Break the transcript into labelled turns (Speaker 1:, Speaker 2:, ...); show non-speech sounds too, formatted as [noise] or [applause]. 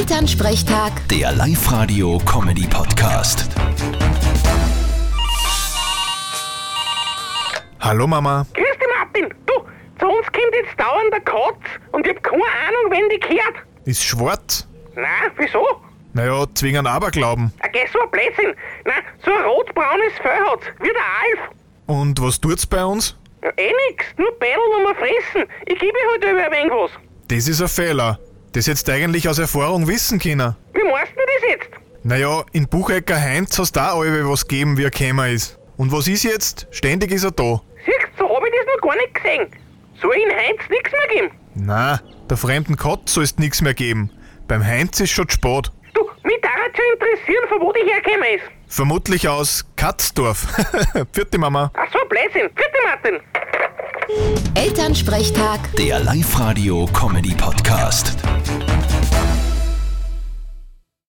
Speaker 1: Elternsprechtag,
Speaker 2: Der Live-Radio-Comedy-Podcast.
Speaker 3: Hallo Mama.
Speaker 4: Grüß dich, Martin. Du, zu uns kommt jetzt dauernd der Katz und ich hab keine Ahnung, wen die gehört.
Speaker 3: Ist schwarz?
Speaker 4: Na, wieso?
Speaker 3: Naja, zwingen Aberglauben.
Speaker 4: Ah, geh, so ein Blödsinn. Na, so ein rot-braunes Fell hat's, wie der Alf.
Speaker 3: Und was tut's bei uns?
Speaker 4: Ja, eh nix, nur Bädel und mal fressen. Ich gebe ihr halt über ein wenig was.
Speaker 3: Das ist ein Fehler. Das hättest du eigentlich aus Erfahrung wissen können.
Speaker 4: Wie meinst du denn das jetzt?
Speaker 3: Naja, in Buchecker Heinz hast da alle was geben, wie er gekommen ist. Und was ist jetzt? Ständig ist er da.
Speaker 4: Siehst so hab ich das noch gar nicht gesehen. Soll ich in Heinz nix mehr geben?
Speaker 3: Na, der fremden Katz soll's nix mehr geben. Beim Heinz ist schon zu spät.
Speaker 4: Du, mich daran zu interessieren, von wo die hergekommen ist.
Speaker 3: Vermutlich aus Katzdorf. [laughs] Vierte Mama.
Speaker 4: Ach, so ein Blödsinn. Grüß dich, Martin.
Speaker 1: Elternsprechtag.
Speaker 2: Der Live-Radio-Comedy-Podcast.